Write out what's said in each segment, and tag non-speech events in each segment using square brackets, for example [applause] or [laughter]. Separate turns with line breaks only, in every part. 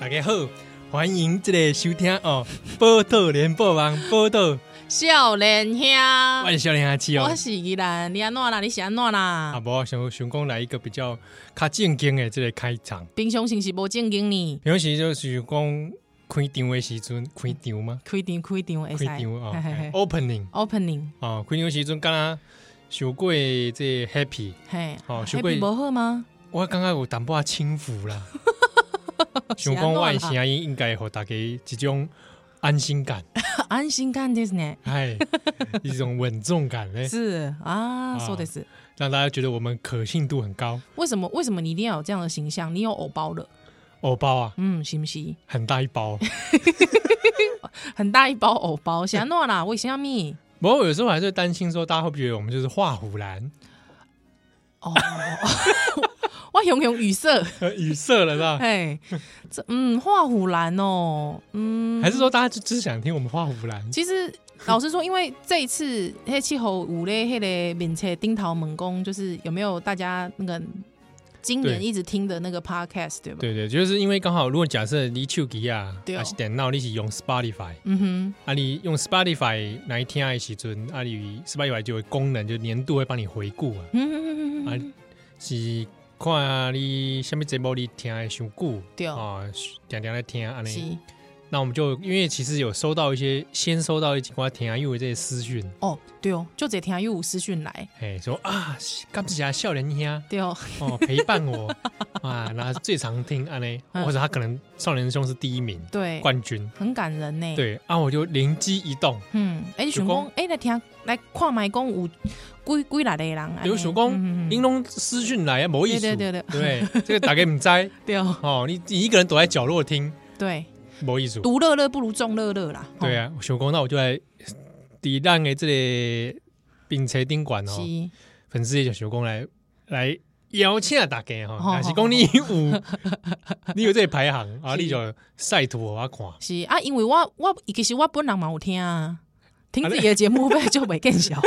大家好，欢迎这个收听哦， [laughs] 报道联播网报道，
少年兄，
我是少年阿七哦
啊我。是伊兰，你安怎啦？你是安怎
啊，
啦？
无想想讲来一个比较较正经的这个开场，
平常时是无正经呢，
平时就是讲开场的时阵，开场吗？
开场开场会使
开场哦
嘿嘿嘿
，opening
，opening，
哦，开场的时阵敢若想过这 happy，
嘿，
哦
啊
小
happy
贵
无好吗？ [laughs]
我感觉有淡薄仔轻浮啦。想
是安
讲
怎啦
我的声音应该互大家一种安心感，
安心干的呢？ [laughs]
哎，一种稳重感哎呢，
是啊，
啊
说的是。
让大家觉得我们可信度很高。
为什么？为什么你一定要有这样的形象？你有偶包了，
藕包啊，
嗯，是不是？
很大一包。
很大一包偶包，是安
[laughs]
怎啦？为什么？
[laughs] 不过有时候还是担心说，大家会不会觉得我们就是画虎 [laughs] 兰、
哦， [laughs] 我 [laughs] 永永语塞。
呃语塞了，是吧？
嘿，这嗯，画虎兰哦，嗯，
还是说大家就只想听我们画虎兰？
其实老实说，因为这一次黑气候五嘞黑嘞免车丁桃猛攻，就是有没有大家那个今年
对
一直听的那个 podcast 对吧？
对对，就是因为刚好，如果假设你手机啊，
对哦
还是电脑，你是用 Spotify，
嗯
啊，你用 Spotify 来听的时阵，啊，你 Spotify 就有功能，就年度会帮你回顾啊，
哼，嗯
啊，是看你什么节目你听的伤久，
对哦
啊，常常来听安尼。
是
那我们就因为其实有收到一些，先收到一些我听啊，因为这些私讯，
哦，对哦，就这天又有私讯来，
哎，说啊，感谢笑人兄
对哦，
哦陪伴我 [laughs] 啊，然后最常听安尼，
嗯
或者他可能少年兄是第一名
对，
冠军，
很感人呢。，
对啊，我就灵机一动，
嗯，哎，
想
想
讲
讲，哎，来听来看麦讲有几几来的人，
有想讲
嗯嗯嗯
玲珑私讯来啊，某意思，
对对对哦
对这个打给你们摘
对哦，
哦，你你一个人躲在角落听，
对，
某意思，
独乐乐不如众乐乐啦。
对
啊，
啊，想讲那我就来抵咱的这个冰车宾馆哦。
是，
粉丝也就想讲来来邀请大家哈，
好
但是
好
讲你有 [laughs] 你有这个排行啊，
哦是
你就晒图给我看。
是啊，因为我我其实我本人嘛有听啊，听自己的节目呗就袂更小，
[laughs]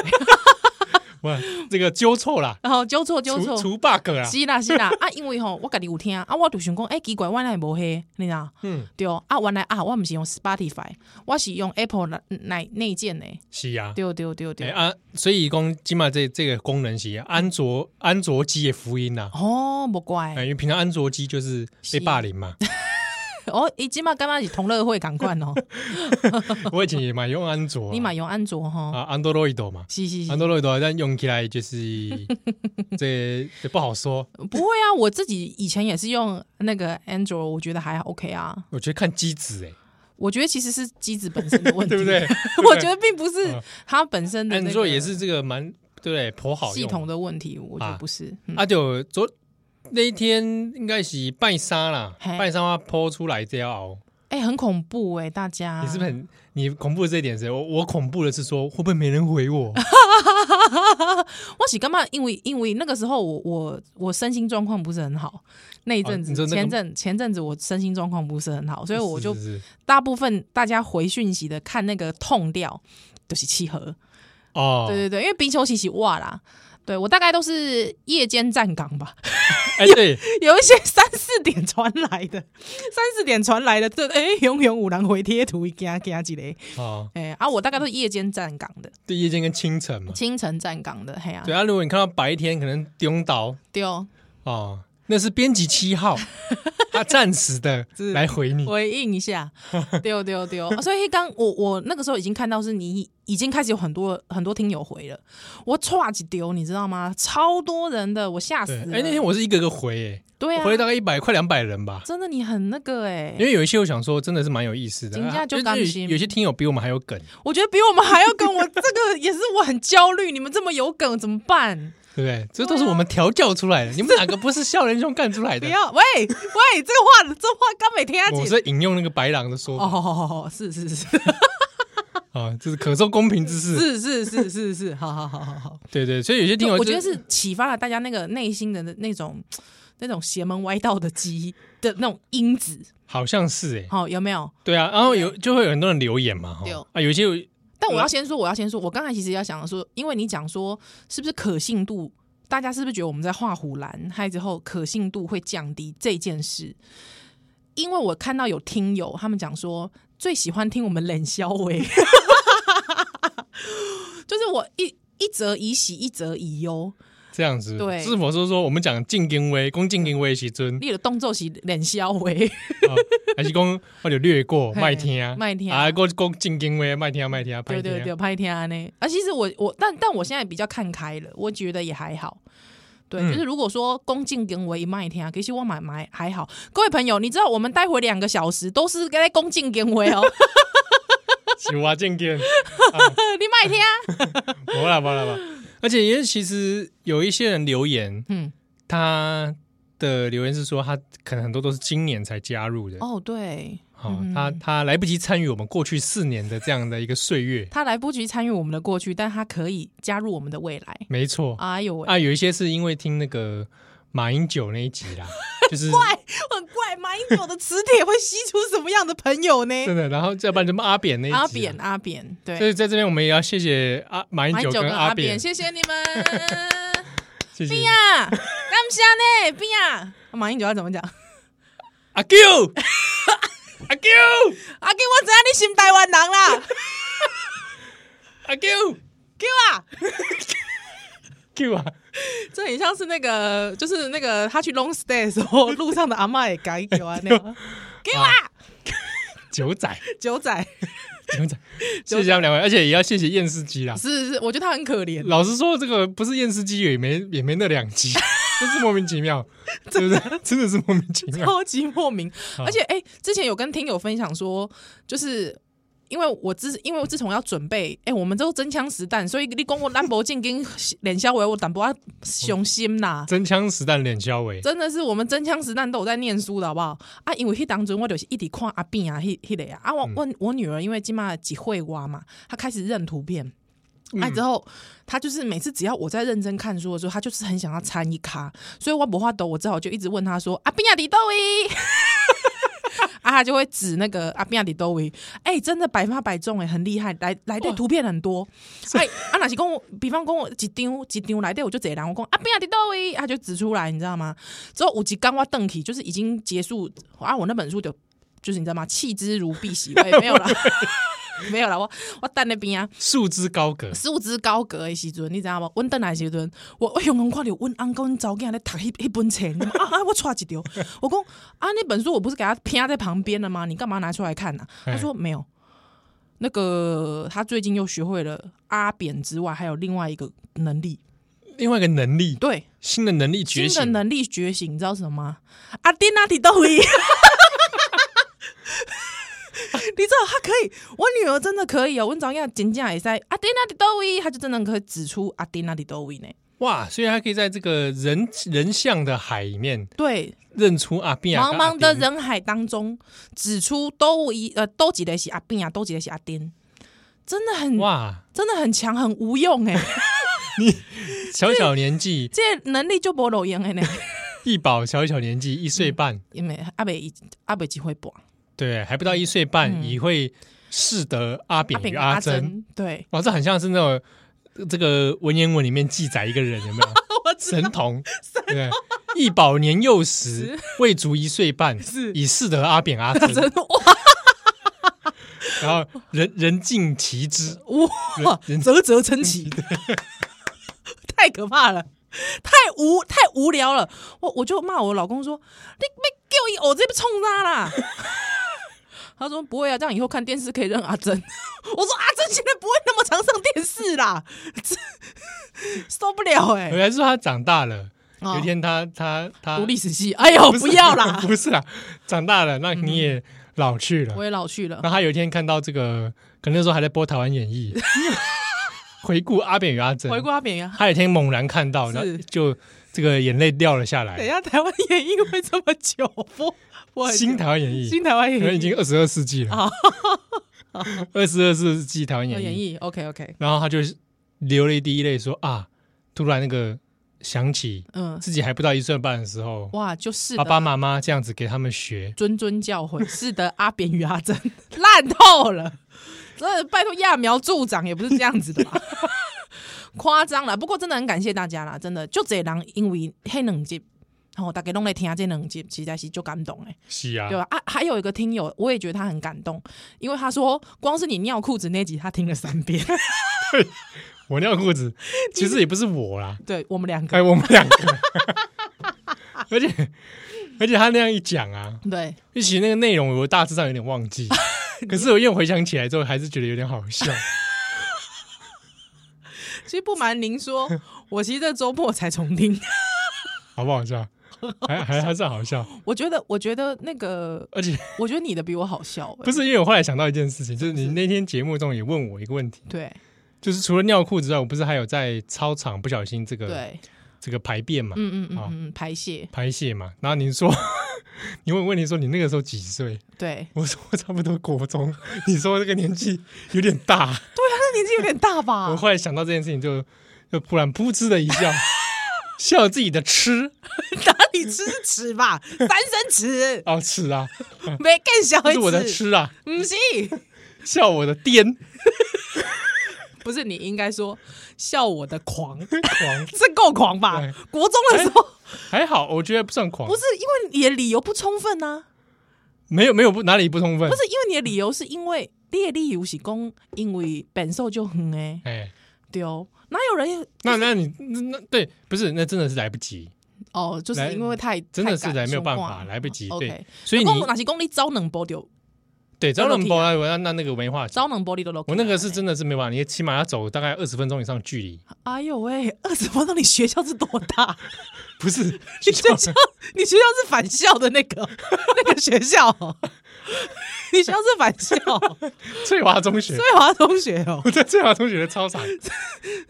哇，这个纠错啦，
然后纠错纠
除
错，
除 bug 啦，
是啦是啦啊，因为吼我家己有听啊，我就想讲，哎、奇怪，我来无迄，你知道？
嗯，
对啊，原来啊，我毋是用 Spotify，我是用 Apple 内内内建的，
是啊。
对对对
哎
对，
啊，所以讲起码这这个功能是安卓安卓机的福音呐、
哦，无怪
哎，因为平常安卓机就是被
是
霸凌嘛。
哦，伊即嘛感觉是同乐会共
[laughs]
款哦，
我以前也蛮用安卓啊、
你嘛用安卓吼，
啊，Android 啊嘛
是是是，
，Android 但用起来就是
[laughs]
这这不好说。
不会啊，我自己以前也是用那个 Android，我觉得还 OK 啊，
我觉得看机子哎、
我觉得其实是机子本身的问题，
[laughs] 对不
[laughs]
对？
我觉得并不是
嗯
它本身的、
安
那
卓
个
也是这个蛮对不对，颇好用
系统的问题，我觉
啊
得不是。嗯
啊，就昨那一天应该是拜三啦，
嘿
拜三我抛出来这样熬，
哎、很恐怖哎、大家
你是不是很你恐怖的这一点是？我我恐怖的是说会不会没人回我？
我是干嘛？因为因为那个时候我我我身心状况不是很好，那一阵
哦你说
子、
那个
前阵前阵子我身心状况不是很好，所以我就是
是是
大部分大家回讯息的看那个痛调都、是契合，
哦，
对对对，因为冰球其实哇啦。对我大概都是夜间站岗吧，
哎对，
有一些三四点传来的，三四点传来的，这哎，永远五郎回贴图，惊惊几嘞。
哦，
哎、啊，我大概都是夜间站岗的，
对夜间跟清晨嘛，
清晨站岗的，嘿啊，
对啊，如果你看到白天可能中岛
对哦，
哦，那是编辑七
[laughs]
号，他暂时的
是
来回你，
回应一下，对哦对哦对哦，所以刚我我那个时候已经看到是你已经开始有很多很多听友回了，我歘几丢，你知道吗？超多人的，我吓死
对，
了。
哎那天我是一个个回，
对
哎，
啊
我，回了大概一百快两百人吧，
真的你很那个哎、
因为有一些我想说，真的是蛮有意思的。
真
啊
的
就
就
是
甘
有
心
有些听友比我们还有梗，
我觉得比我们还要跟我这个也是我很焦虑，你们这么有梗怎么办？
对不对？这都是我们调教出来的。你们哪个不是笑人兄干出来
啊不
的？
要，喂喂，这个话这话刚没听下
我
去。
是引用那个白狼的说
哦，
法
好好好好，是是是
啊，这是可受公平之事。
是是是是是，好好好好好。
对对，所以有 [laughs] 些听友
我
就
觉得是启发了大家那个内心的那种那种邪门歪道的基的那种因子，
好像是哎，
好、有没有？
对啊，然后有就会有很多人留言嘛，哈
对
啊，有些有
但我要先说，我要先说，我刚才其实要想说，因为你讲说是不是可信度，大家是不是觉得我们在画虎兰，还之后可信度会降低这件事？因为我看到有听友他们讲说最喜欢听我们冷笑话， [laughs] 就是我一一则以喜，一则以忧。
这样子，
对
是否是说我们讲进京威、攻进京威时阵，
你的动作是冷笑话，
啊还是讲哦我就略过
嘿
麦听
[laughs]
啊，
麦听
啊，讲讲进京威麦听啊麦听啊，
对
麦听
对
啊，
对，拍天呢。啊，其实我我但但我现在比较看开了，我觉得也还好。对，
嗯
就是如果说恭敬跟我一卖天啊，其实我买买还好。各位朋友，你知道我们待会两个小时都是在恭敬跟我 [laughs] 哦，
[laughs] 是我进京，
你卖天啊，
没啦没啦没啦。而且因为其实有一些人留言，
[laughs] 嗯，
他的留言是说他可能很多都是今年才加入的，
哦，嗯对，
哦，他他来不及参与我们过去四年的这样的一个岁月，
他来不及参与我们的过去，但他可以加入我们的未来。
没错
哎呦喂，
啊，有一些是因为听那个马英九那一集
[laughs]
啦，就是
很怪，马英九的磁铁会吸出什么样的朋友呢？
真的，然后要不然就阿扁那一集啊
阿扁，，阿扁，
所
对，
以在这边我们也要谢谢阿马英
马英
九
九
跟
跟阿
阿
扁，
扁，
谢谢你们。
谢谢
变啊，感谢呢，变啊。马英九要怎么讲？
阿 Q，阿 Q，
阿 Q，我啊知影你心台湾人 [laughs] 啦。
阿 Q
Q 啊，
Q 啊，
这很像是那个，就是那个他去 long stay 的时候，路上的阿嬷也改 Q 啊那 [laughs] 样。Q 啊，
九仔
九仔
九仔，谢谢他们两位，而且也要谢谢验尸机啦。
是是，我觉得他很可怜，
老实说，这个不是验尸机也没 [laughs] 也没那两集，真是莫名其
[laughs]
妙，对不对？ [laughs] 真的是莫名其妙。
超级莫名。而且哎、之前有跟听友分享说，就是。因为我自因为我自从要准备，哎、我们都真枪实弹，所以你讲我兰博进 [laughs] 跟脸肖维，我淡薄啊雄心呐、
真枪实弹脸肖伟，
真的是我们真枪实弹都有在念书的好不好？啊，因为迄当中我就是一直看阿扁啊，迄迄个啊，啊我我我女儿因为今嘛几会挖嘛，她开始认图片。哎、之后，她就是每次只要我在认真看书的时候，她就是很想要参一咖，所以我不话抖，我只好就一直问她说：“阿扁啊，迪豆伊。” [laughs] 啊，她就会指那个阿扁啊，迪豆伊。哎、真的百发百中哎、很厉害。来来对图片很多。哎、啊，哪是跟我，比方跟我一张一张来对，我就这人，我讲阿扁啊，迪豆伊，她就指出来，你知道吗？之后五级刚挖邓起，就是已经结束啊，我那本书就就是你知道吗？弃之如敝屣，我也没有啦， [laughs] 没有啦，我我等那边啊，
束之高阁，
十五只高阁的时阵，你知道吗？阮等来的时阵，我我用光看到阮翁跟阮查某囝咧读迄迄本册，你知道吗啊啊，我抓一条，我讲啊，那本书我不是给他偏在旁边了吗？你干嘛拿出来看呢、啊
哎
他说没有。那个，他最近又学会了阿扁之外，还有另外一个能力，
另外一个能力，
对，
新的能力觉
新的
醒，
能力觉醒，你知道什么吗？啊阿丁阿迪都一样。 [laughs] 你知道他可以，我女儿真的可以哦。我早要真正也啊在阿丁阿迪都伊，她就真的可以指出啊阿丁阿迪都伊呢。
哇！所以他可以在这个人人像的海里面
对，
认出阿变
茫茫的，人海当中，指出都一呃都几类是阿丁啊，都几类是阿丁，真的很
哇！
真的很强，很无用哎，
小小年纪， [laughs]
这能力就无路用的呢。
一宝小小年纪一岁半，
因为阿北阿北只会播
对，还不到一岁半，也会识得阿
嗯阿
扁
北
与
跟
阿
阿
珍。
珍，对，
哇，这很像是那种这个文言文里面记载一个人有没有？
[laughs] 我知
神童，对不对，一宝年幼时未足一岁半，
是
已识得阿扁阿
[laughs]
珍，
真的
然后人人尽其知，
哇
人人，
哦啧啧称
[laughs]
奇，太可怕了，太无太无聊了。我我就骂我老公说：“你被给我一偶这被冲他啦！” [laughs] 他说：“不会啊，这样以后看电视可以认阿珍。” [laughs] 我说：“阿珍现在不会那么常上电视啦， [laughs] 这受不了哎、
原来是说他长大了，
哦
有一天他他他
读历史系，哎呦，不
是
要啦，
[laughs]
嗯
不是啦，长大了，那你也老去了
我。也老去了。
那他有一天看到这个，可能那时候还在播《台湾演
[laughs]
义》，回顾阿扁与阿珍
回，顾阿扁呀、
他有一天猛然看到，然后
是
就这个眼泪掉了下
等一
来。
下台湾演艺会这么久播，我很
新台湾演义
新台湾
可能
演
已
艺
经二十二世纪了， [laughs] 二十二世纪台湾
哦
演
演
义。
艺 OK OK，
然后他就流了一滴泪，说啊，突然那个想起
嗯，
自己还不到一岁半的时候，
哇，哦就是
爸
的
爸妈妈这样子给他们学，
谆谆教诲，是的，阿扁与阿珍烂
[laughs]
透了，真的拜托揠苗助长也不是这样子的 [laughs] 吧，夸张了。不过真的很感谢大家啦，真的就这狼因为黑冷季，然后大家拢来听这两集，实在是就感动哎，
是啊
对，吧？啊，还有一个听友，我也觉得他很感动，因为他说光是你尿裤子那集，他听了三
[laughs]
遍，
我尿裤
[laughs]
子其实也不是我啦，
对我们两个，
哎，我们两个， [laughs] 而且而且他那样一讲啊，
对，
一起那个内容我大致上有点忘
[laughs]
记，可是我又回想起来之后，还是觉得有点好笑。
其实不瞒您说，我其实这周末才重听，
好不好笑？还还还是好笑，
我觉得，我觉得那个，
而且
我觉得你的比我好笑、欸，
不是因为我后来想到一件事情，就是你那天节目中也问我一个问题，
对
就是除了尿裤之外，我不是还有在操场不小心这个
对，
这个排便嘛，
嗯嗯嗯
好
嗯嗯，排泄，
排泄嘛，然后你说 [laughs] 你问我问题说你那个时候几岁？
对，
我说我差不多国中，你说这个年纪有点大，
那年纪有点大吧
[laughs] 我？后来想到这件事情就就突然噗嗤的一笑， [laughs] 笑自己的吃
哪里吃是尺吧？三 [laughs] 生尺，
哦吃啊，
没更小
这
一
是我的
尺，
吃啊，
不是，
笑我的癫
[laughs]
[laughs]
不是，你应该说笑我的狂，
狂，
这够狂吧
对？哎
国中的时候
还好我觉得不算狂
不，是因为你的理由不充分呐、
没有没有不哪里不充分，
不是因为你的理由是因为列例游戏公，因为本受就很哎
哎，
对哦，哪有人
那那你那那对不是那真的是来不及，
哦，就是
来
因为太
真的
太
是
赶
来没有
说
办
话
法来不及，对
OK，，
所以你
公哪些公里招能波丢，
对招
招
冷
冷
波那那那个没话讲
招。能波丢都
我那个是真的是没办法，你起码要走大概二十分钟以上距离，
哎呦喂，二十分钟，你学校是多
[laughs]
大？
不是
[laughs] 你学校，你学校是返校的那
[laughs]
个那个学校哦，你学校是返校，
翠华中学
对，华同学哦，
我在翠华中学的操场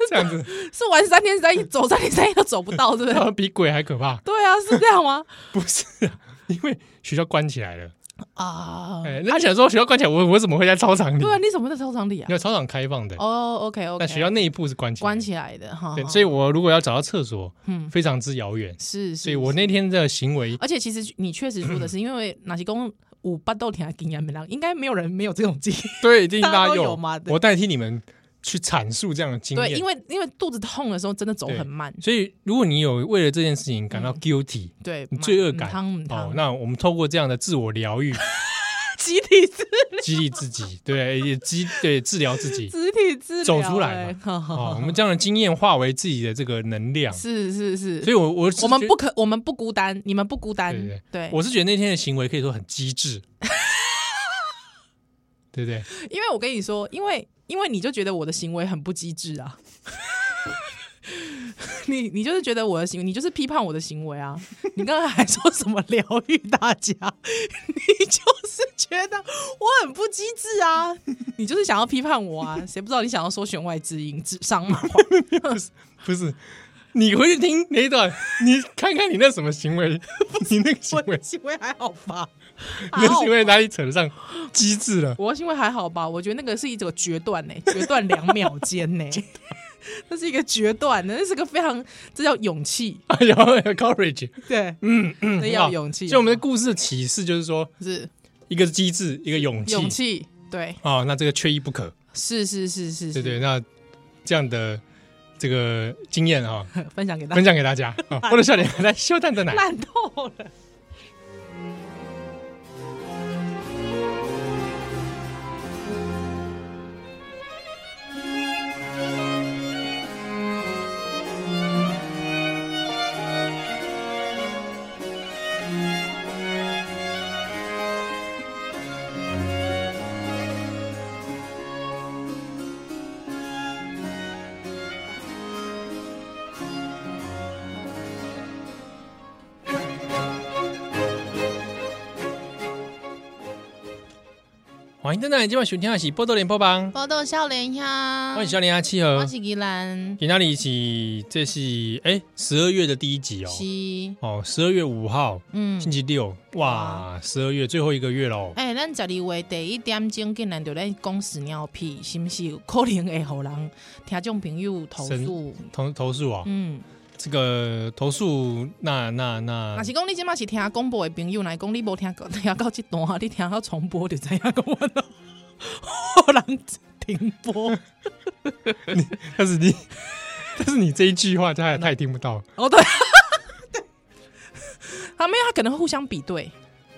这样子，
是玩三天三夜，走三天三夜都走不到，是不
好
是？
像比鬼还可
[laughs]
怕。
对啊，是这
[laughs]
样吗？
不是啊，因为学校关起来了。
啊，
哎，那想说学校关起来，我我怎么会在操场里？
对啊，你怎么在操场里啊
没？有操场开放的，
哦，OK OK，
但学校内部是关起来的
关起来的哈，
对，
哈
所以我如果要找到厕所，
嗯
非常之遥远。
是，
所
所
以我那天的行为
而且其实你确实说
[clears throat]
的是，因为哪些公五八豆田的经验没人，应该没有人没有这种经验。
[laughs] 对，一定
大家
家
都有嘛对
我代替你们去阐述这样的经
对，
验
因。为因为肚子痛的时候真的走很慢，
所以，如果你有为了这件事情感到 guilty、
对，
罪恶感，
嗯汤嗯
哦
汤，，
那我们透过这样的自我疗愈，
[laughs] 集体治
激励自己，对，也激对治疗自
[laughs]
己。
集体治疗
走出来
欸
嘛
哈哈
哦，我们这样的经验化为自己的这个能量。
[laughs] 是是是，
所以我，我我
我们不，可，我们不孤单，你们不孤单，
对
对，
我是觉得那天的行为可以说很机智，对
[laughs]
不对？
因为我跟你说，因为因为你就觉得我的行为很不机智啊。 [laughs] 你你就是觉得我的行为，你就是批判我的行为啊！你刚才还说什么疗愈大家， [laughs] 你就是觉得我很不机智啊！你就是想要批判我啊！谁不知道你想要说弦外之音、智商
[laughs]
嘛？
不是，你回去听那一段，你看看你那什么行
[laughs]
为，你那个行
我
为
的行为还好吧？
你
还
是
好
因为哪里扯得上机智了？ [laughs]
我因为还好吧，我觉得那个是一个决断呢、决断两秒间 [laughs] 呢、那是一个决断，那是个非常，这叫勇气，
哎呦，courage，
对，嗯嗯，那要勇气。
所以我们的故事的启示就是说，
是
一个是机智，一个勇气，
勇气，对，
啊、那这个缺一不可，
是是是是
对
是，
对，那这样的这个经验
[laughs]
啊、
[laughs] 分享给大
分
家，
享给大
[laughs]
家啊，我的笑脸来秀蛋的奶，
烂透了。
欢迎蛋奶，今晚收听的是波多连波邦，
报道笑脸呀
欢迎笑脸阿七和，
是吉兰，
给那里一起，这是哎十二月的第一集哦，
是
哦十二月五号
嗯
星期六，哇，十二月最后一个月喽，
哎、咱十二月第一点钟竟然就在讲屎尿屁，是不是有可能会互人听众朋友投
神
诉？
投投诉啊，
嗯，
这个投诉，那那那
若是讲你即马是听广播的朋友，来讲你无听过，听到这段，你听到重播就知影讲我了，我 [laughs] 人停播。
但是 [laughs] 你，但是你这一句话，他也他也听不到。
哦，对，啊，没有，哦他可能会互相比对，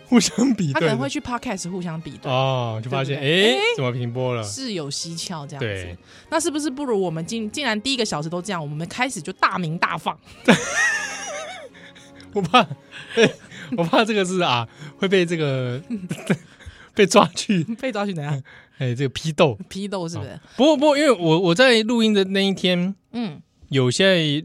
互相比
他可
对
能会去 podcast 互相比对，
哦，就发现哎、
对不对
诶
诶
怎么停播了？
是有蹊跷这样
对
子。那是不是不如我们竟竟然第一个小时都这样，我们开始就大鸣大放？ [laughs]
我怕，诶我怕这个是啊，会被这
[laughs]
个被抓去，
被抓去怎样？
哎、这个批斗。
批斗是不是？
不过，不过，因为我我在录音的那一天，
嗯，
有些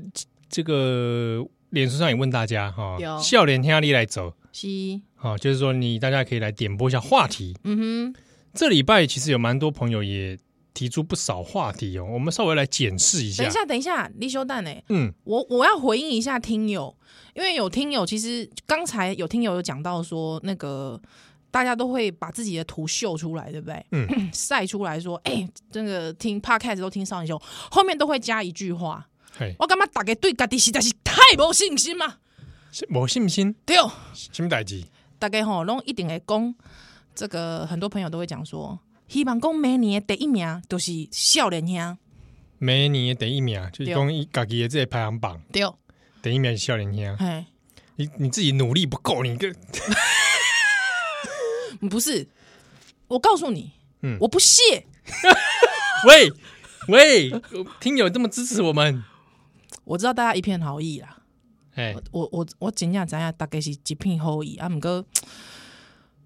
这个脸书上也问大家哈
有，
笑脸天下力来走
西，
啊，就是说你大家可以来点播一下话题。
嗯哼，
这礼拜其实有蛮多朋友也提出不少话题哦，我们稍微来检视一下。
等一，下，等一下，立修蛋哎，
嗯，
我我要回应一下听友，因为有听友其实刚才有听友有讲到说，那个大家都会把自己的图秀出来，对不对？
嗯，
[clears throat] 晒出来说，哎、这个听 podcast 都听少年秀，后面都会加一句话，
嘿，
我感觉大家对家己实在是太没信心嘛，
是我信不信？
对，
什么代志？
大家吼拢一定会讲，这个很多朋友都会讲说，希望讲明年的第一名就是少年兄，
每年的第一名，啊就是
对
讲伊家己的这个排行榜
对，
第一名是少年兄，
嘿。
你你自己努力不够，你个
不是，我告诉你，
嗯
我不屑，
喂喂，听友这么支持我们，
我知道大家一片好意啦，
哎
我，我我我真正知影大概是一片好意啊，毋过，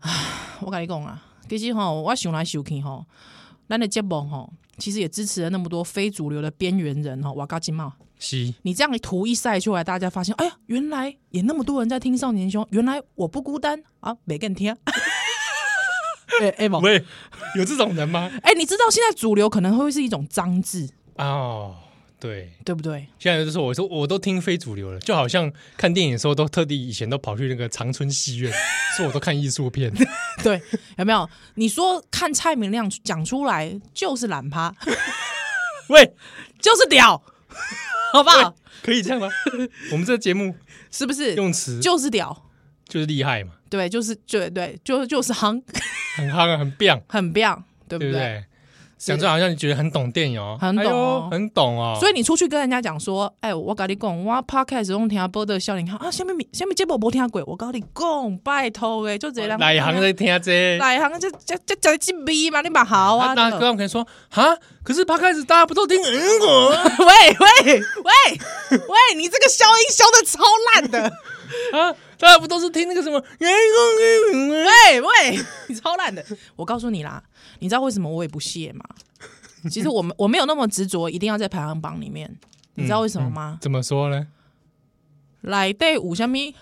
唉我跟你讲啊，其实吼，我想来想去吼，咱的节目吼，其实也支持了那么多非主流的边缘人吼，哇嘎金茂，
是
你这样图一晒出来，大家发现，哎呀，原来也那么多人在听少年兄，原来我不孤单啊，没跟听。 [laughs] 哎哎某，
喂，哦有这种人吗？
哎，你知道现在主流可能会是一种脏字，
[laughs] 哦，对，
对不对？
现在就是我说我都听非主流了，就好像看电影的时候都特地以前都跑去那个长春戏院，说我都看艺术片，
对，有没有？你说看蔡明亮讲出来就是懒趴，
[laughs] 喂，
就是
[laughs]
屌，好不好？
可以这样
[laughs]
吗？我们这节目
是不是？
用词就
就是屌，
就是厉害嘛，
对，就是对对，就就是行，
很夯啊，很 biang，
很棒，对不
对
对？
不对？讲出来好像你觉得很懂电影哦，
很懂哦
哎呦很懂哦，
所
以
以你出去跟人家讲说，哎，我跟你讲，我 podcast 用听播的笑脸看啊，下面下面节目没听过，我跟你讲，拜托哎，就这样。
哪一行在听
[laughs]
这？啊
哪一行这这这这这逼嘛，你蛮好啊！
那
这
那我可能说啊，可是他开始大家不都听嗯英
[laughs]
国
[laughs] 喂喂喂喂，你这个消音消的超烂的。
啊，大家不都是听那个什么 [laughs] 员工英文？
喂嗯哎喂，你超烂的！我告诉你啦，你知道为什么我也不
[laughs]
屑吗？其实我们我没有那么执着，一定要在排行榜里面。
嗯
你知道为什么吗？
怎么说呢？
来对五虾米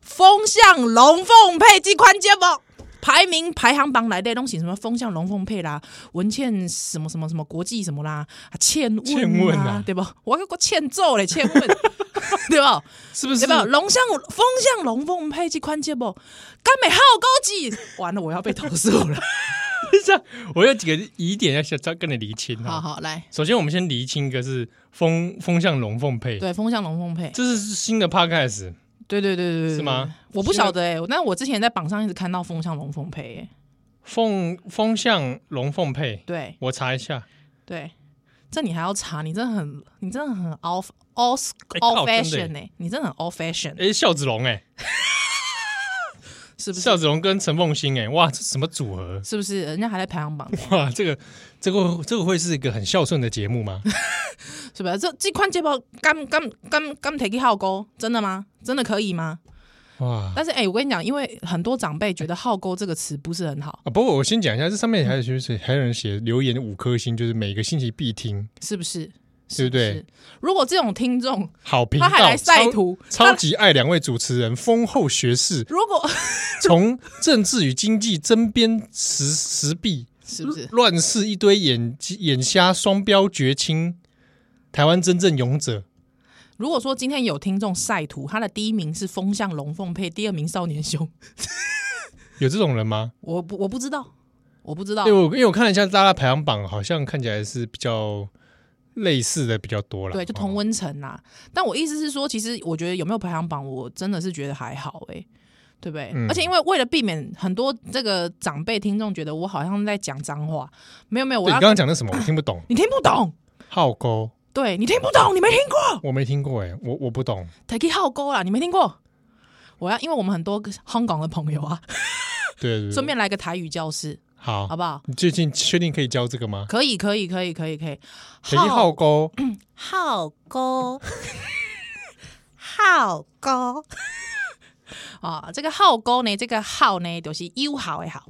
风向龙凤配这款节目。排名排行榜来的东西，什么风向龙凤配啦，文倩什么什么什么国际什么啦，啊倩问、啊、
倩问啊
对不？我给我欠揍嘞，倩问， [laughs] 对不？
是不是
对？吧？龙向风向龙凤配这款节目，甘美好高级，完了我要被投诉了。
这样， [laughs] 我有几个疑点要先再跟你厘清
好
哈。
好来，
首先，我们先厘清一个是风风向龙凤配，
对风向龙凤配，
这是新的 podcast，
对对对对对，对
是吗？
我不晓得哎、欸，但我之前在榜上一直看到风向龙凤配、欸，
凤风向龙凤配，
对
我查一下。
对，这你还要查，你真的很，你真的很 off off
哎靠
old
真
fashion
的
哎、你真的很 old fashion，、
哎，孝子龙，哎，
[laughs] 是不是？
孝子龙跟陈凤新，哎，哇，这什么组合？
是不是？人家还在排行榜，
哇，这个这个这个会是一个很孝顺的节目吗？
是不是？这这款节目干干干干 take 号勾，真的吗？真的可以吗？
哇！
但是哎、欸我跟你讲，因为很多长辈觉得“号勾”这个词不是很好，
啊，不过我先讲一下，这上面还有就是还有人写留言五颗星，就是每个星期必听，
是不是？
对不对
是？如果这种听众
好评
他还
到
来晒
超
图
[laughs] 超
他
级爱两位主持人，丰厚学识，
[laughs] 如果
从政治与经济针砭时时弊，
是不是？
乱世一堆眼眼瞎双标绝清，台湾真正勇者，
如果说今天有听众晒图，他的第一名是风向龙凤配，第二名少年兄，
有这种人吗？
我不我不知道，我不知道
对，，我因为我看了一下大家排行榜，好像看起来是比较类似的比较多了，哦
对，就同温层啦。但我意思是说，其实我觉得有没有排行榜，我真的是觉得还好哎、对不对？
嗯
而且因为为了避免很多这个长辈听众觉得我好像在讲脏话，没有没有，
哦。
我
对你
要
刚刚讲的什么？我听不
[laughs]
懂。
你听不懂，
浩沟，
对你听不懂，你没听过
欸我没听过哎，我我不懂。
t a k 号勾啦，你没听过。我要，因为我们很多香港的朋友啊，
对对对，
顺便来个台语教室，
好
好，不好？
你最近确定可以教这个吗？
可以，可以，可以，可以，可以。
可以号勾，
好高，好高 [laughs] 啊！这个好高呢，这个好呢，就是友好的好，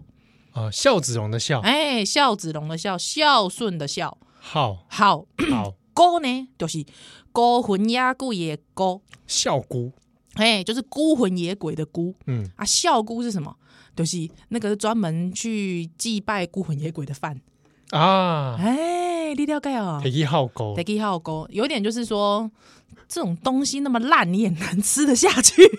啊，孝子荣的孝，
哎，孝子龙的孝，孝顺的孝，
好
好
好
高呢，就是孤魂野鬼的孤，
孝姑，
哎，就是孤魂野鬼的孤
嗯，
啊。孝姑是什么？就是那个专门去祭拜孤魂野鬼的饭，
啊，
哎，你了解哦
可。以号勾
t，a k i 好勾，有一点就是说，这种东西那么烂，你也难吃得下去。 [laughs]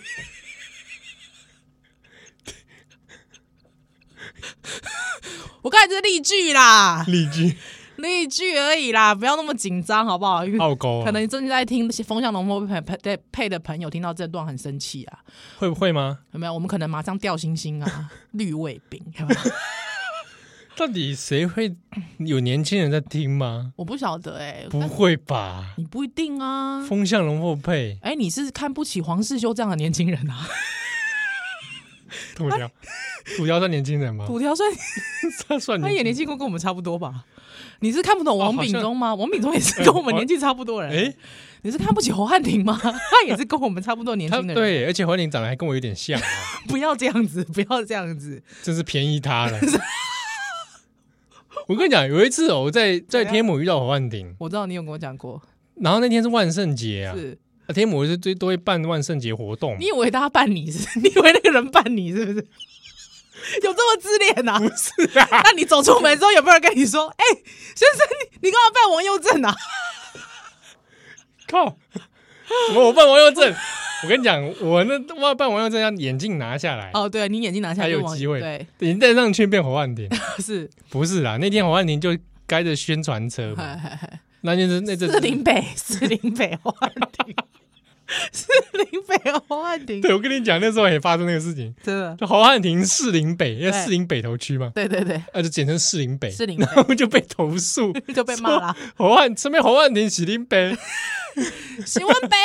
我刚才是例句啦，
例句
例句而已啦，不要那么紧张，好不好？因为
号勾啊，
[laughs] 可能正在听《风向龙凤配配配配的朋友听到这段很生气啊，
会不会吗？
有没有？我们可能马上掉星星啊，绿味饼，有没有 [laughs]
到底谁会有年轻人在听吗？
我不晓得哎、
不会吧？
你不一定啊。
风向龙凤配，
哎、你是看不起黄世修这样的年轻人啊？
土条，土条算年轻人吗？
土条算
他算
他也
年
年纪跟跟我们差不多吧？你是看不懂王炳忠吗？王炳忠也是跟我们年纪差不多人。
哎，
你是看不起侯汉廷吗？ [laughs] 他也是跟我们差不多年
他
轻的人。
对，而且怀宁长得还跟我有点像
[laughs]
啊，
不要这样子，不要这样子。
真是便宜他
[laughs]
了。我跟你讲，有一次哦，我在在天母遇到侯汉廷，
我知道你有跟我讲过，
然后那天是万圣节啊，
啊是
啊天母是最都会办万圣节活动嘛
你，以为他扮你是？ [laughs] 你以为那个人扮你是 [laughs] 不是？有这么自恋啊？不是啊。 [laughs] 那你走出门之后，有没有人跟你说：“哎、先生，你你干嘛扮王佑正啊 [laughs]
靠！什么我办王耀正？我跟你讲，我那我办王耀正要眼镜拿下来？”，
哦，对你眼睛拿下
才
来就
有
王
机会。
对，，
眼镜戴上去变侯汉廷，
是
不是啦，那天侯汉廷就开着宣传车嘛，
[laughs]
那就是那阵
士林北，士林北侯汉
[laughs]
廷，士林北侯汉廷，
对我跟你讲，那时候也发生那个事情，
真的，
就侯汉廷士林北，那
对
士林北头区嘛，
对对对，
那就简称士林北，
士林北
然后就被投诉， [laughs]
就被骂了。
侯汉身边侯汉廷士林北， [laughs]
洗温杯，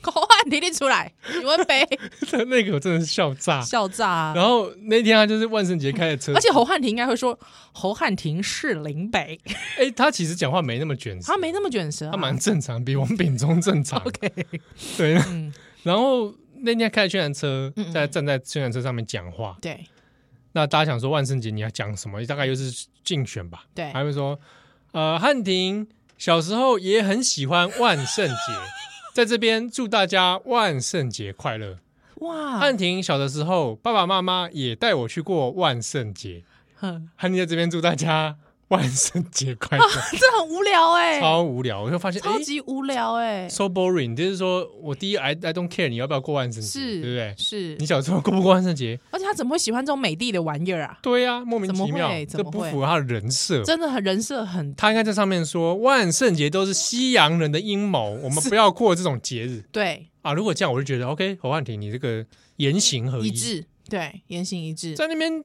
侯汉廷你出
[laughs]
来，洗温杯，
那个我真的是笑炸。
笑
[laughs]
炸啊、
然后那天他就是万圣节开的车，
而且侯汉廷应该会说，侯汉廷士林
[laughs]
北，
哎，他其实讲话没那么卷舌，
他没那么卷舌、啊，
他蛮正常，比王炳忠正常。
[laughs] OK，
对，
嗯，
然后那天开着宣传车
嗯嗯，
在站在宣传车上面讲话。
对
那大家想说万圣节你要讲什么？大概又是竞选吧。
对
还会说，呃，汉庭小时候也很喜欢万圣节， [laughs] 在这边祝大家万圣节快乐。
哇，
汉庭小的时候，爸爸妈妈也带我去过万圣节。
嗯，
汉庭在这边祝大家万圣节快乐，
这很无聊 [laughs] 哎、
超无聊。我就发现，哎
超级无聊哎、
so boring，就是说我第一，I I don't care 你要不要过万圣节，对
是，
不对？
是
你，小时候过不过万圣节？
而且他怎么会喜欢这种美的的玩意儿啊？
对呀、莫名其妙，
怎么会
这
怎么
不
会
符合他的人设。
真的很人设很
他应该在上面说万圣节都是西洋人的阴谋，我们不要过这种节日
对，
啊！如果这样，我就觉得 OK，侯汉廷你这个言行合
一
一，
致，对，言行一致，
在那边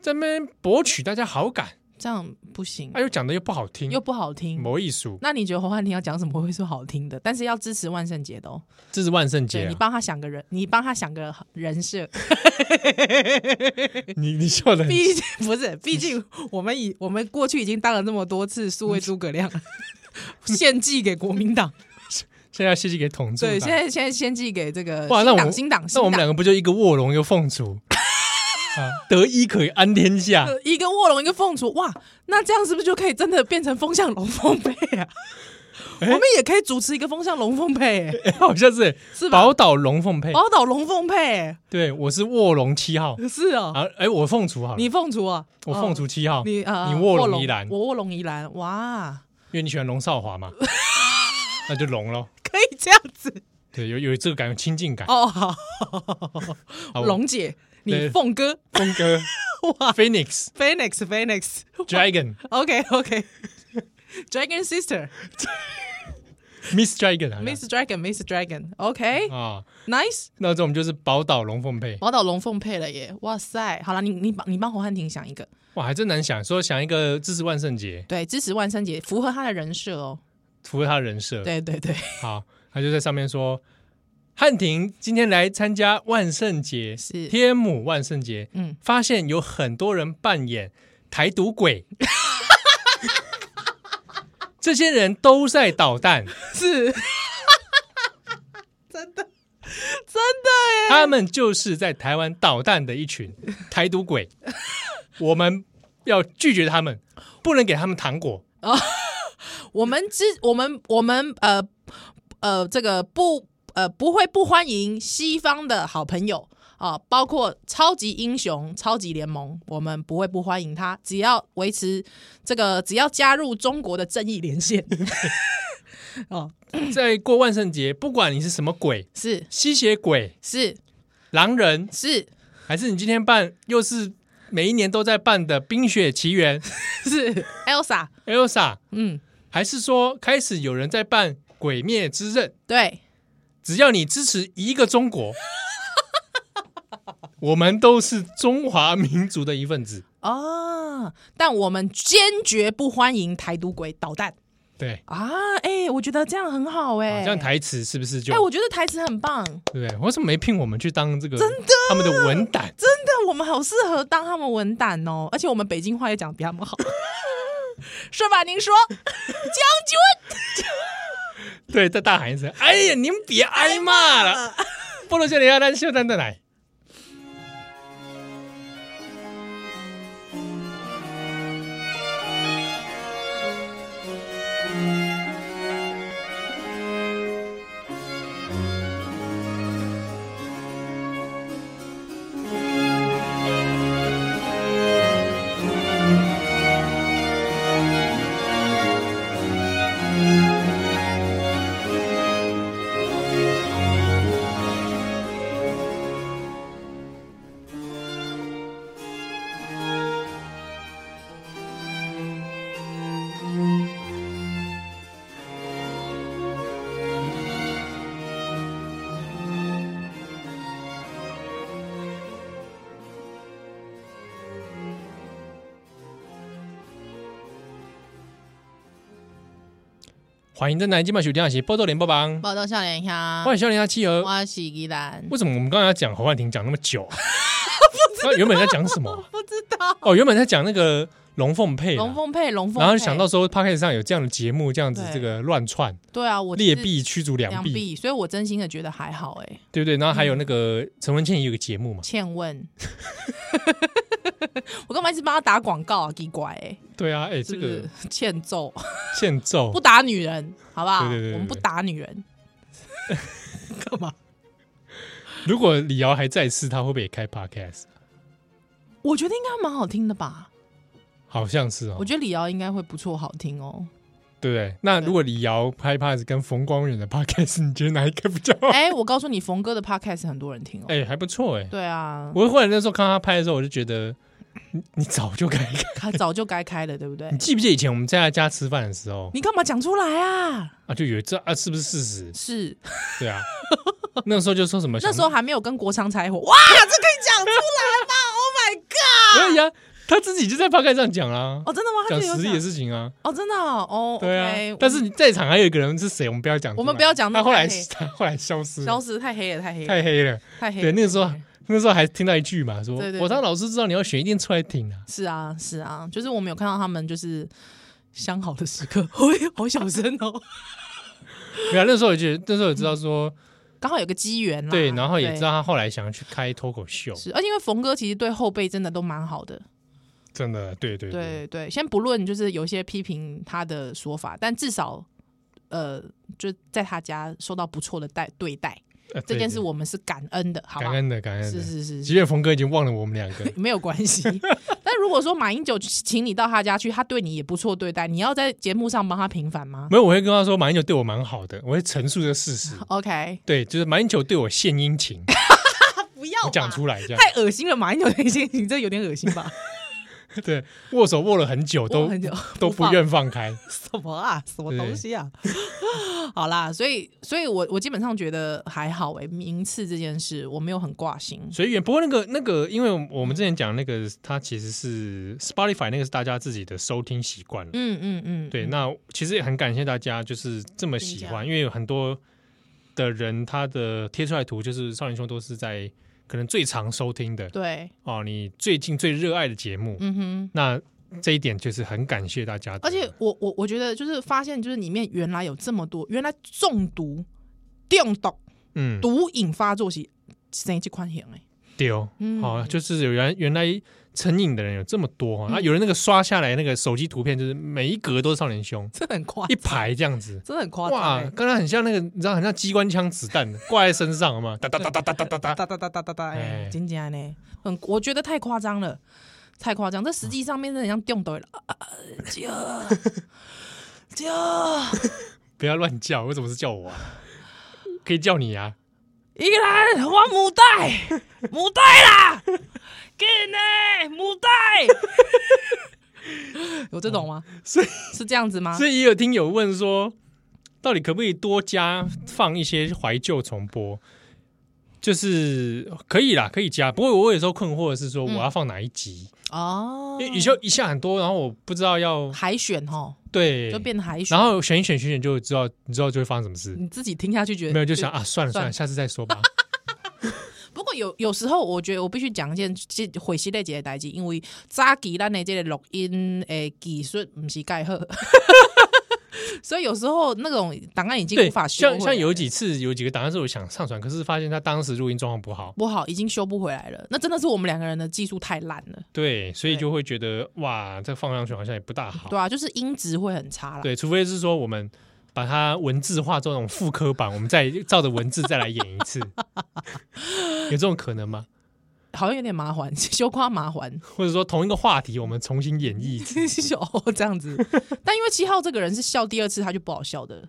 在那边博取大家好感，
这样不行
他、，又讲的又不好听，
又不好听。
没艺术，
那你觉得侯汉廷要讲什么会是好听的？但是要支持万圣节的哦。
这是万圣
对
节、
你
啊。
帮他想个人，你帮他想个
[laughs]
人设。
你你笑的，
毕竟不是，毕竟我们已我们过去已经当了这么多次数位诸葛
[laughs]
亮，献祭给国民党。
现在谢谢给统治。
对，现在现在献祭给这个
哇
新
那我
党新党
那我
新
们两
党。
个不就一个卧龙，一个凤
[laughs]
雏啊？得一可以安天下，
呃一个卧龙，一个凤雏，哇！那这样是不是就可以真的变成风向龙凤配啊？我们也可以主持一个风向龙凤配、欸，
哎 [laughs] 好像是
是吧？
宝岛龙凤配。
宝岛龙凤配、欸，
对，我是卧龙七号
是哦、
啊，哎，我凤雏好了，
你凤雏啊，
我凤
哦，
雏七号，
你啊，
你卧龙宜兰
我卧龙宜兰，哇， [laughs]
因为你喜欢龙少华嘛，那就龙咯。
可以这样子
对，有有这个感，有亲近感。
哦，好，
好
龙姐，你
对
凤哥
峰哥
[laughs] 哇
，Phoenix
，Phoenix Phoenix，
Dragon
OK OK。Dragon Sister,
Miss Dragon 好像
Miss Dragon, Miss Dragon, OK,
啊，
Nice，
那这种就是宝岛龙凤配。
宝岛龙凤配了耶！哇塞，好了，你你帮你帮侯汉廷想一个，
哇，还真难想，说想一个支持万圣节，
对，支持万圣节，符合他的人设哦。
符合他人设。
对对对， [laughs]
好，他就在上面说汉庭今天来参加万圣节，
是
天母万圣节，
嗯，
发现有很多人扮演台独鬼， [laughs] 这些人都在捣蛋，
是，真的，真的
他们就是在台湾捣蛋的一群台独鬼，我们要拒绝他们，不能给他们糖果。
耶！我们之我们我们呃呃，这个不呃不会不欢迎西方的好朋友啊、包括超级英雄、超级联盟，我们不会不欢迎他，只要维持这个，只要加入中国的正义连线。 [laughs] 哦，
在过万圣节，不管你是什么鬼，
是
吸血鬼、
是
狼人，
是
还是你今天办又是每一年都在办的《冰雪奇缘》
是，Elsa，
Elsa，
嗯，
还是说开始有人在办《鬼灭之刃》？
对，
只要你支持一个中
[laughs]
国，我们都是中华民族的一份子。
哦，但我们坚决不欢迎台独鬼捣蛋
对，
啊！哎、我觉得这样很好哎、
啊这样台词是不是就
哎、我觉得台词很棒，真
对不对？为什么没聘我们去当这个他们的文胆？
的，我们好适合当他们文胆哦，而且我们北京话也讲得比他们 [laughs] 好。是吧？您 [laughs] 说，将军
对，再大喊一声：“哎呀，您别挨骂
哎
了！” [laughs] 菠萝笑脸鸭蛋秀蛋蛋来。欢迎正南今晚收听的是《波多连播榜》，
报道笑脸香
欢迎笑脸鸭企鹅。
我是依兰，
为什么我们刚才要讲侯汉廷讲那么
[laughs]
久、啊？那原本在讲什么啊、
不知道
哦，原本在讲那个龙凤配啊、
龙凤配龙凤配，
然后想到说 p o c a s t 上有这样的节目，这样子
对
这个乱窜，
对啊，我
劣
是
币驱逐良
良
币，
币，所以我真心的觉得还好哎、
对不对？然后还有那个陈文茜也有个节目嘛，
欠问， [laughs] 我干嘛一直帮他打广告啊？奇怪、欸，
对啊，哎，这
是不是
个
欠揍？
欠揍
不，打女人，好不好？
对对对对
我们不打女人，干嘛？
如果李瑶还在世，他会不会也开 podcast？
我觉得应该蛮好听的吧。
好像是哦
我，觉得李瑶应该会不错，好听哦。
对不对？那
对
如果李瑶拍 podcast 跟冯光远的 [laughs] podcast，你觉得哪一个比较好？
哎、我告诉你，冯哥的 podcast 很多人听哦。
哎，还不错哎。
对啊，
我忽然那时候看他拍的时候，我就觉得你你早就该开。
他早就该开了，对不对
你？记不记得以前我们在他家吃饭的时候
你干嘛讲出来啊？
啊，就有这啊是不是事实？
是
对
[laughs]
啊，那时候就说什么
那
想
时候还没有跟国昌
[laughs]
拆伙，哇，这可以讲出来吗？Oh my god！
可以啊，他自己就在 p o 上讲啦、
哦，真的吗？他
讲
自
实
己有
力的事情啊，
哦，真的哦，哦
对啊。
OK，
但是你在场还有一个人是谁，我们不要讲出来，
我们不要讲
他后来
那个
[laughs] 他后来消失了，
消失太黑了，太黑了，
太黑了。
太黑了。
对，那个时候
太黑了
那时候还听到一句嘛，说
对对对
我当老师知道你要选，一定出来挺啊。 [laughs]
是啊，是啊，就是我们有看到他们就是相好的时刻， [laughs] 喂，好小声哦，
对啊，那时候我觉得那时候我知道说
刚好有个机缘啦。
对，然后也知
嗯对
道他后来想要去开脱口秀，
是，而且因为冯哥其实对后辈真的都蛮好的，
真的，对对对
对对，先不论就是有一些批评他的说法，但至少呃，就在他家受到不错的待对待，
呃
这
对
件
对
事我们是感恩的，好吧
感？恩的感恩
是
的。
是是
即
是。
便峰哥已经忘了我们两个，
没有关系， [laughs] 但如果说马英九请你到他家去，他对你也不错对待，你要在节目上帮他平反吗
[laughs] 没有，我会跟他说马英九对我蛮好的，我会陈述这个事实。
？OK，
对，就是马英九对我献殷
[laughs]
勤，
不要
我讲
嘛
出来这样。
太恶心了，马英九的心情这有点恶
[laughs]
心吧？
对，握手握了很久，
我
都
很久
都不
放
愿放开。
[laughs] 什么啊，什么东西啊？ [laughs] 好啦，所以所以我我基本上觉得还好诶、名次这件事我没有很挂心。
随缘，不过那个那个，因为我们之前讲那个，它其实是 Spotify 那个是大家自己的收听习惯了。
嗯嗯嗯，嗯
对，那其实也很感谢大家，就是这么喜欢，因为有很多的人，他的贴出来图就是少年兄都是在可能最常收听的
对，
哦，你最近最热爱的节目，
嗯哼。
那这一点就是很感谢大家的。
而且我我我觉得就是发现，就是里面原来有这么多，原来中毒、中毒、
嗯，
毒瘾发作是生这款型哎，
丢，
嗯
哦，就是有原原来成瘾的人有这么多哦啊，有人那个刷下来那个手机图片，就是每一格都是少年兄，
[laughs] 这很夸
一，排这样子。
真的很夸张
哇，
哎，
刚才很像那个，你知道，很像机关枪子弹挂在身上嘛，哒哒哒哒哒哒哒哒。
哒哒哒哒哒哒，哎
哎，
真的呢，很我觉得太夸张了，太夸张，这实际上面真的很像中毒了，啊啊姐姐，
不要乱叫，为什么是叫我 [laughs] 啊？可以叫你啊。
一个人我母带母带啦，给呢母带，有这种吗？
所以
是这样子吗？
所以也有听友问说，到底可不可以多加放一些怀旧重播？就是可以啦，可以加。不过我有时候困惑的是说，我要放哪一集？
哦，
因为一下一下很多，然后我不知道要
海选哈，
对，
就变海选，
然后选一选选一选就知道，你知道就会发生什么事。
你自己听下去觉得
没有就想。啊，算了
算
算
了
了，下次再
[laughs]
说吧。
不过有有时候，我觉得我必须讲一件这毁尸类节的代志，因为早期咱的这个录音的技术不是盖好， [laughs] 所以有时候那种档案已经
对
无，法修
像
回来
像有几次有几个档案是我想上传，可是发现他当时录音状况不好，
不好，已经修不回来了。那真的是我们两个人的技术太烂了，
对，所以
对
就会觉得哇，这放上去好像也不大好
对。啊，就是音质会很差啦。
对，除非是说我们把它文字化做那种复刻版，我们再照着文字再来演一
[laughs]
次，有这种可能吗？
好像有点麻烦， [laughs] 修夸麻烦，
或者说同一个话题我们重新演绎一次？
哦这样子。但因为七号这个人是笑第二次，他就不好笑的。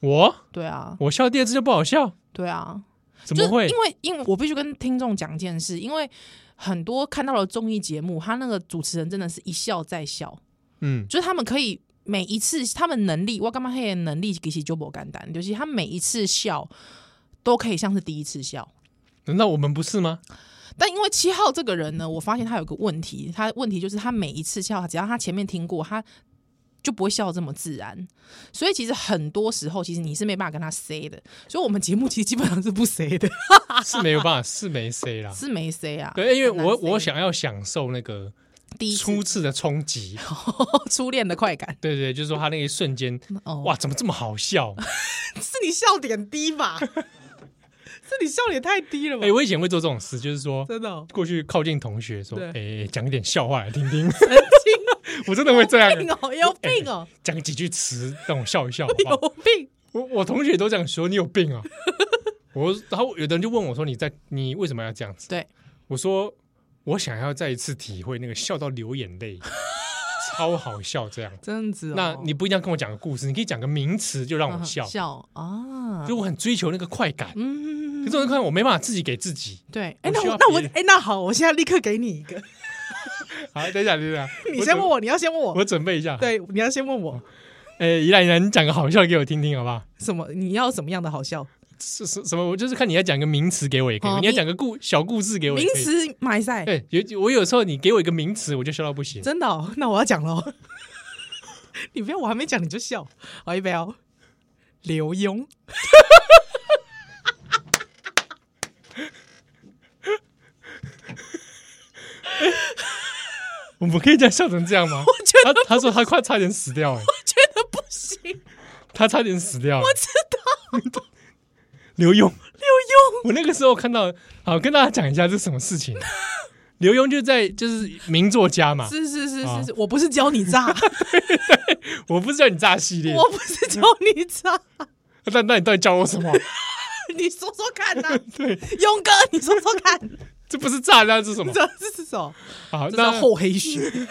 我
对啊，
我笑第二次就不好笑，
对啊，
怎
就
么
是
会
因？为因为我必须跟听众讲一件事，因为很多看到的综艺节目，他那个主持人真的是一笑再笑，
嗯，
就是他们可以每一次他们能力，我干嘛黑人能力其实就不简单，就是他每一次笑都可以像是第一次笑。
难道我们不是吗？
但因为七号这个人呢，我发现他有个问题，他问题就是他每一次笑，只要他前面听过，他就不会笑这么自然。所以其实很多时候，其实你是没办法跟他 say 的。所以我们节目其实基本上是不 say 的， [laughs]
是没有办法，是没谁啦。
是没 say 啊。
对，因为
很难
我
say
我想要享受那个
第一次哦
初次的冲击，
初恋的快感。
对对，就是说他那一瞬间，
哦，
哇，怎么这么好笑？
[laughs]
[laughs]
是你笑点低吧？是你笑点太低了吧
哎，我以前会做这种事，就是说
真的、哦，
过去靠近同学说，
对
哎，讲一点笑话来听听，
[laughs] 神经
[laughs] 我真的会这
[laughs]
哎样，
病哦，有病哦，
讲几句词让我笑一笑，好不
[laughs] 有
好？
病。
我我同学都这样说，你有病啊！ [laughs] 我然后有的人就问我说，你在你为什么要这样子？
对，
我说我想要再一次体会那个笑到流眼
[laughs]
泪，超好笑这样。
这样子、哦。
那你不一定要跟我讲个故事，你可以讲个名词就让我笑，
笑啊，
就我很追求那个快感。
嗯
可，是我看我没办法自己给自己。
对。
我
哎、那
需
我
要
那我
别人
哎、那好，我现在立刻给你一个， [laughs]
好，等一下，等一下，
嗯你先问
我
我，你要先问
准，
我，
我准备一下。，
对，你要先问我
哎，依然依然，你讲个好笑给我听听，好不好？
什么？你要什么样的好笑？
是是什么？我就是看你要讲个名词给我也可
好
以，你要
名
讲个故小故事给我也
哦名
可以。
词埋赛，
对，有我有时候你给我一个名词，我就笑到不行。
真的、哦？ [laughs] 那我要讲喽。你不要，我还没讲你就笑，好，预备哦。刘墉，
我们可以这样笑成这样吗？
我觉
他
得
他说他快差点死掉，哎，
我觉得不行，我
他差点死
[laughs]
掉。
知道
刘墉，
刘墉
[laughs] 我那个时候看到，好跟大家讲一下这是什么事情。刘墉就在就是名作家嘛，
是是是
啊
是是，我不是教你
[laughs]
炸，
我不是叫你炸系列，
我不是教你炸， [laughs]
那那你到底叫我什么？
你说说
[laughs]
看呐、
对，
勇哥，你说说看，
[laughs] 这不是炸，那是什么？
这这是什么？
好，
这
那
叫厚黑学，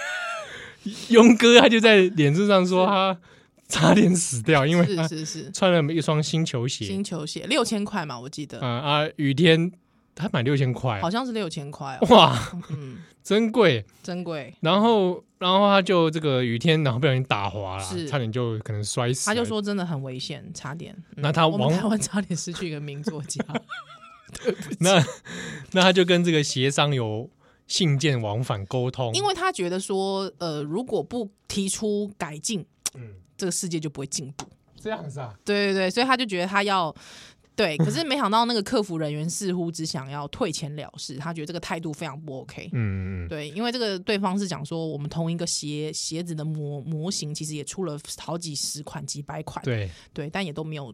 勇哥他就在脸书上说他差点死掉，因为
是
他
是是，
穿了一双新球鞋
金，球鞋六千块嘛，我记
啊
得
啊，雨天他买六千块
好，像是六千块哦，
哇，
嗯，
真贵。
珍贵。
然后，然后他就这个雨天，然后不小心打滑了
是，
差点就可能摔死。
他就，说真的很危险，差点。嗯
那他
我们
往
台湾差点失去一个名作家，
[laughs]
[laughs]
那那他就跟这个协商有信件往返沟通，
因为他觉得说，呃，如果不提出改进，
嗯
这个世界就不会进步。
这样子啊，
对对对，所以他就觉得他要
[laughs]
对，可是没想到那个客服人员似乎只想要退钱了事，他觉得这个态度非常不 OK。
嗯嗯
对，因为这个对方是讲说，我们同一个鞋鞋子的模模型，其实也出了好几十款、几百款，
对
对但也都没有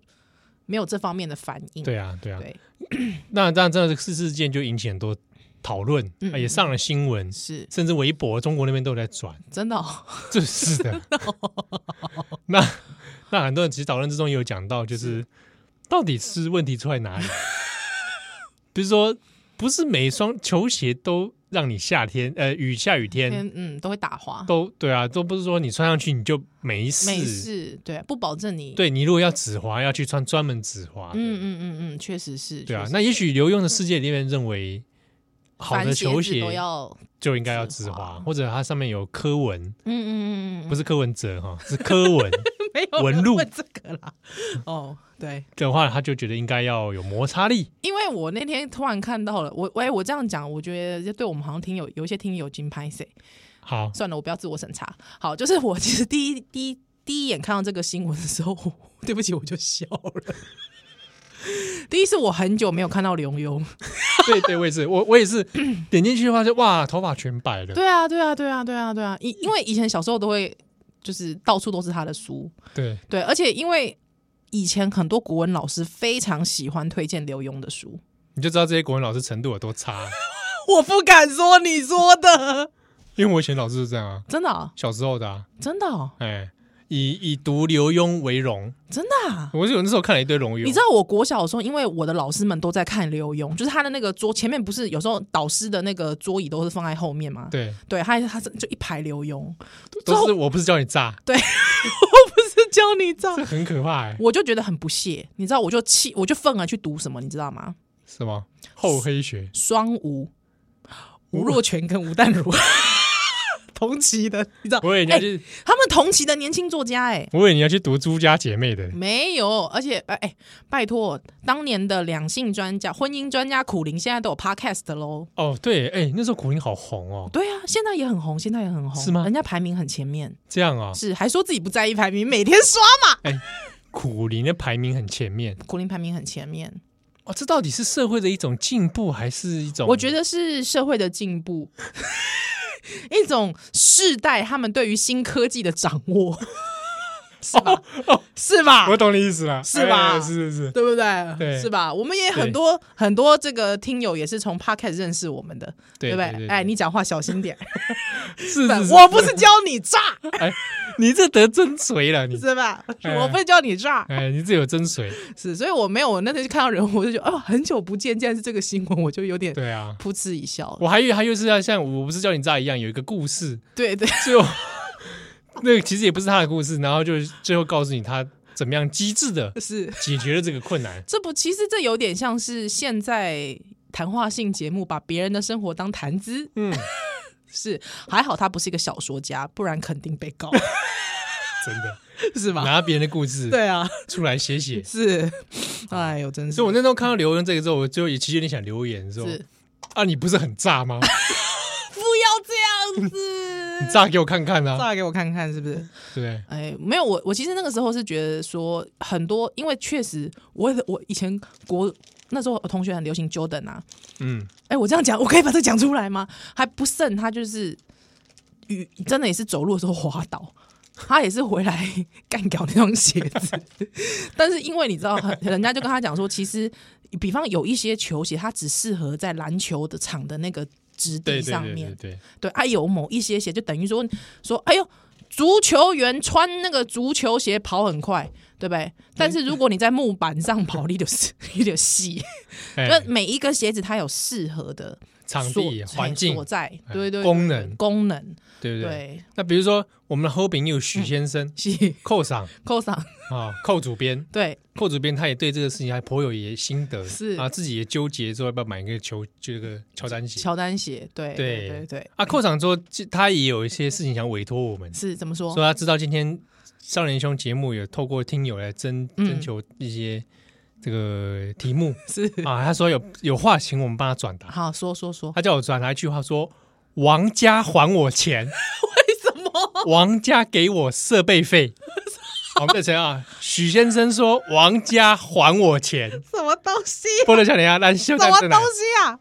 没有这方面的反应。
对啊对啊，
对
那当然这次事件就引起很多讨论，
嗯
啊也上了新闻，
是
甚至微博中国那边都有在
[laughs]
转，
真的、哦，
这是
[laughs]
的。那那很多人其实讨论之中也有讲到，就是到底是问题出在哪里？ [laughs] 比如说，不是每一双球鞋都让你夏天呃雨下雨天
天 [laughs] 嗯都会打滑，
都对啊，都不是说你穿上去你就没事。
没事，对，不保证你，
对你啊如果要止滑，要去穿专门止滑的。
嗯嗯嗯嗯，确实是，
对啊
确。实
那也许留用的世界里面认为，好的
凡
球
鞋子
鞋
都要，
就应该要止
止
滑，
滑
或者它上面有科文，
嗯嗯嗯嗯嗯，
不是柯文哲哈，是科
[laughs]
文
没有人
纹路
问这个啦，哦，对。
的话，他就觉得应该要有摩擦力。
因为我那天突然看到了，我喂，我这样讲，我觉得对我们好像听友有一些听友金拍谁，
好，
算了，我不要自我审查。好，就是我其实第一第一第一眼看到这个新闻的时候， [laughs] 我对不起，我就笑了。第一是我很久没有看到刘墉，
对对，我也是，我我也
[laughs]
是点进去的话就哇，头发全白了。
对啊，对啊，对啊，对啊，对啊，因因为以前小时候都会就是到处都是他的书，
对
对，而且因为以前很多国文老师非常喜欢推荐刘墉的书，
你就知道这些国文老师程度有多差，
我不敢说你说的，
因为我以前老师是这样啊，
真的啊、
小时候的、啊，
真的、哦，
哎，以以读刘墉为荣，
真的、啊。
[laughs] 我有那时候看了一堆荣墉，
你知道我国小的时候，因为我的老师们都在看刘墉，就是他的那个桌前面不是有时候导师的那个桌椅都是放在后面嘛？
对，
对，他他是就一排刘墉，
都是我不是叫你炸，
不是教你这样，
这很可怕、欸，
我就觉得很不屑，你知道，我就气，我就愤而去读什么，你知道吗？
什么厚黑学，
双吴，吴若权跟吴淡如 [laughs] 同期的，你知道？
我以为你要
哎
去，
他们同期的年轻作家、哎。
我以为你要去读朱家姐妹的，
没有，而且哎哎，拜托，当年的两性专家、婚姻专家苦林现在都有 podcast 喽。
哦，对，哎、那时候古灵好红哦，
对啊，现在也很红，现在也很红，
是吗
人家排名很前面，
这样啊、
是还说自己不在意排名，每天
[laughs]
刷嘛。
苦灵的排名很前面
苦林排名很前面，
哦，这到底是社会的一种进步，还是一种？
我觉得是社会的进步， [laughs] 一种世代他们对于新科技的掌握，
[laughs]
是吧？ [laughs] 是吧？
啊我懂你意思了，
是吧
哎是是是，
对不对？
对
是吧？我们也
对
很多很多这个听友也是从 podcast 认识我们的，
对
不
对对对
哎，你讲话小心点，
[laughs] 是是是，
[laughs] 我不是教你炸，
哎，你这得真锤了，
[laughs]
你
是吧？
[laughs] 哎
我不是教你炸，
哎，你这有真锤，
是，所以我没有，我那天就看到人，我就觉得哦，很久不见，竟然是这个新闻，我就有点
对啊，
噗嗤一笑。
我还以为他又是要像我不是叫你炸一样，有一个故事，
对对，
[laughs] 最后那个其实也不是他的故事，然后就最后告诉你他怎么样机智的
是
解决了这个困难，
这不，其实这有点像是现在谈话性节目把别人的生活当谈资。
嗯，
是还好他不是一个小说家，不然肯定被
[laughs]
告，
真的
是吧？
拿别人的故事
对啊，
出来写写。
是，哎呦，真是
所以我那时候看到留言这个之后，我就也其实有点想留言说
是
啊，你不是很炸吗？
不要这样子，
[laughs] 你炸给我看看啊，
[laughs] 炸给我看看是不是？
对不对？
哎，没有，我我其实那个时候是觉得说很多，因为确实我我以前国那时候同学很流行 Jordan 啊，
嗯，
哎，我这样讲，我可以把这讲出来吗？还不慎，他就是雨真的也是走路的时候滑倒，他也是回来 [laughs] 干掉那双鞋子。 [laughs] 但是因为你知道，很人家就跟他讲说，其实比方有一些球鞋，它只适合在篮球的场的那个质
对对
地上
对对
面，
对，
对，啊，有某一些鞋就等于说说，哎呦，足球员穿那个足球鞋跑很快，对不对？但是如果你在木板上跑，你就是 [laughs] 你就细。那
哎，
每一个鞋子它有适合的
场
所
地环境
所，在，
哎
对对，
功
对
能
功能，
对不对？
对，
那比如说我们的后饼有许先生
是
寇赏
扣上，
啊，寇主编，
对，
寇主编他也对这个事情还颇有也心得，
是
啊，自己也纠结说要不要买一个球，就这个乔丹鞋。
乔丹鞋，对
对
对对，
啊，寇长说其他也有一些事情想委托我们，
是怎么说
说？他知道今天少年兄节目有透过听友来征
嗯
征求一些这个题目
[laughs] 是
啊，他说有有话请我们帮他转达，
好说说说，
他叫我转达一句话说：“王家还我钱，
[laughs] 为什么？
王家给我设备哦费。”我们的钱啊，许先生说：“王家还我钱。
什么东西、
波多笑脸啊，那秀
什
蛋
么
在哪？
东西啊？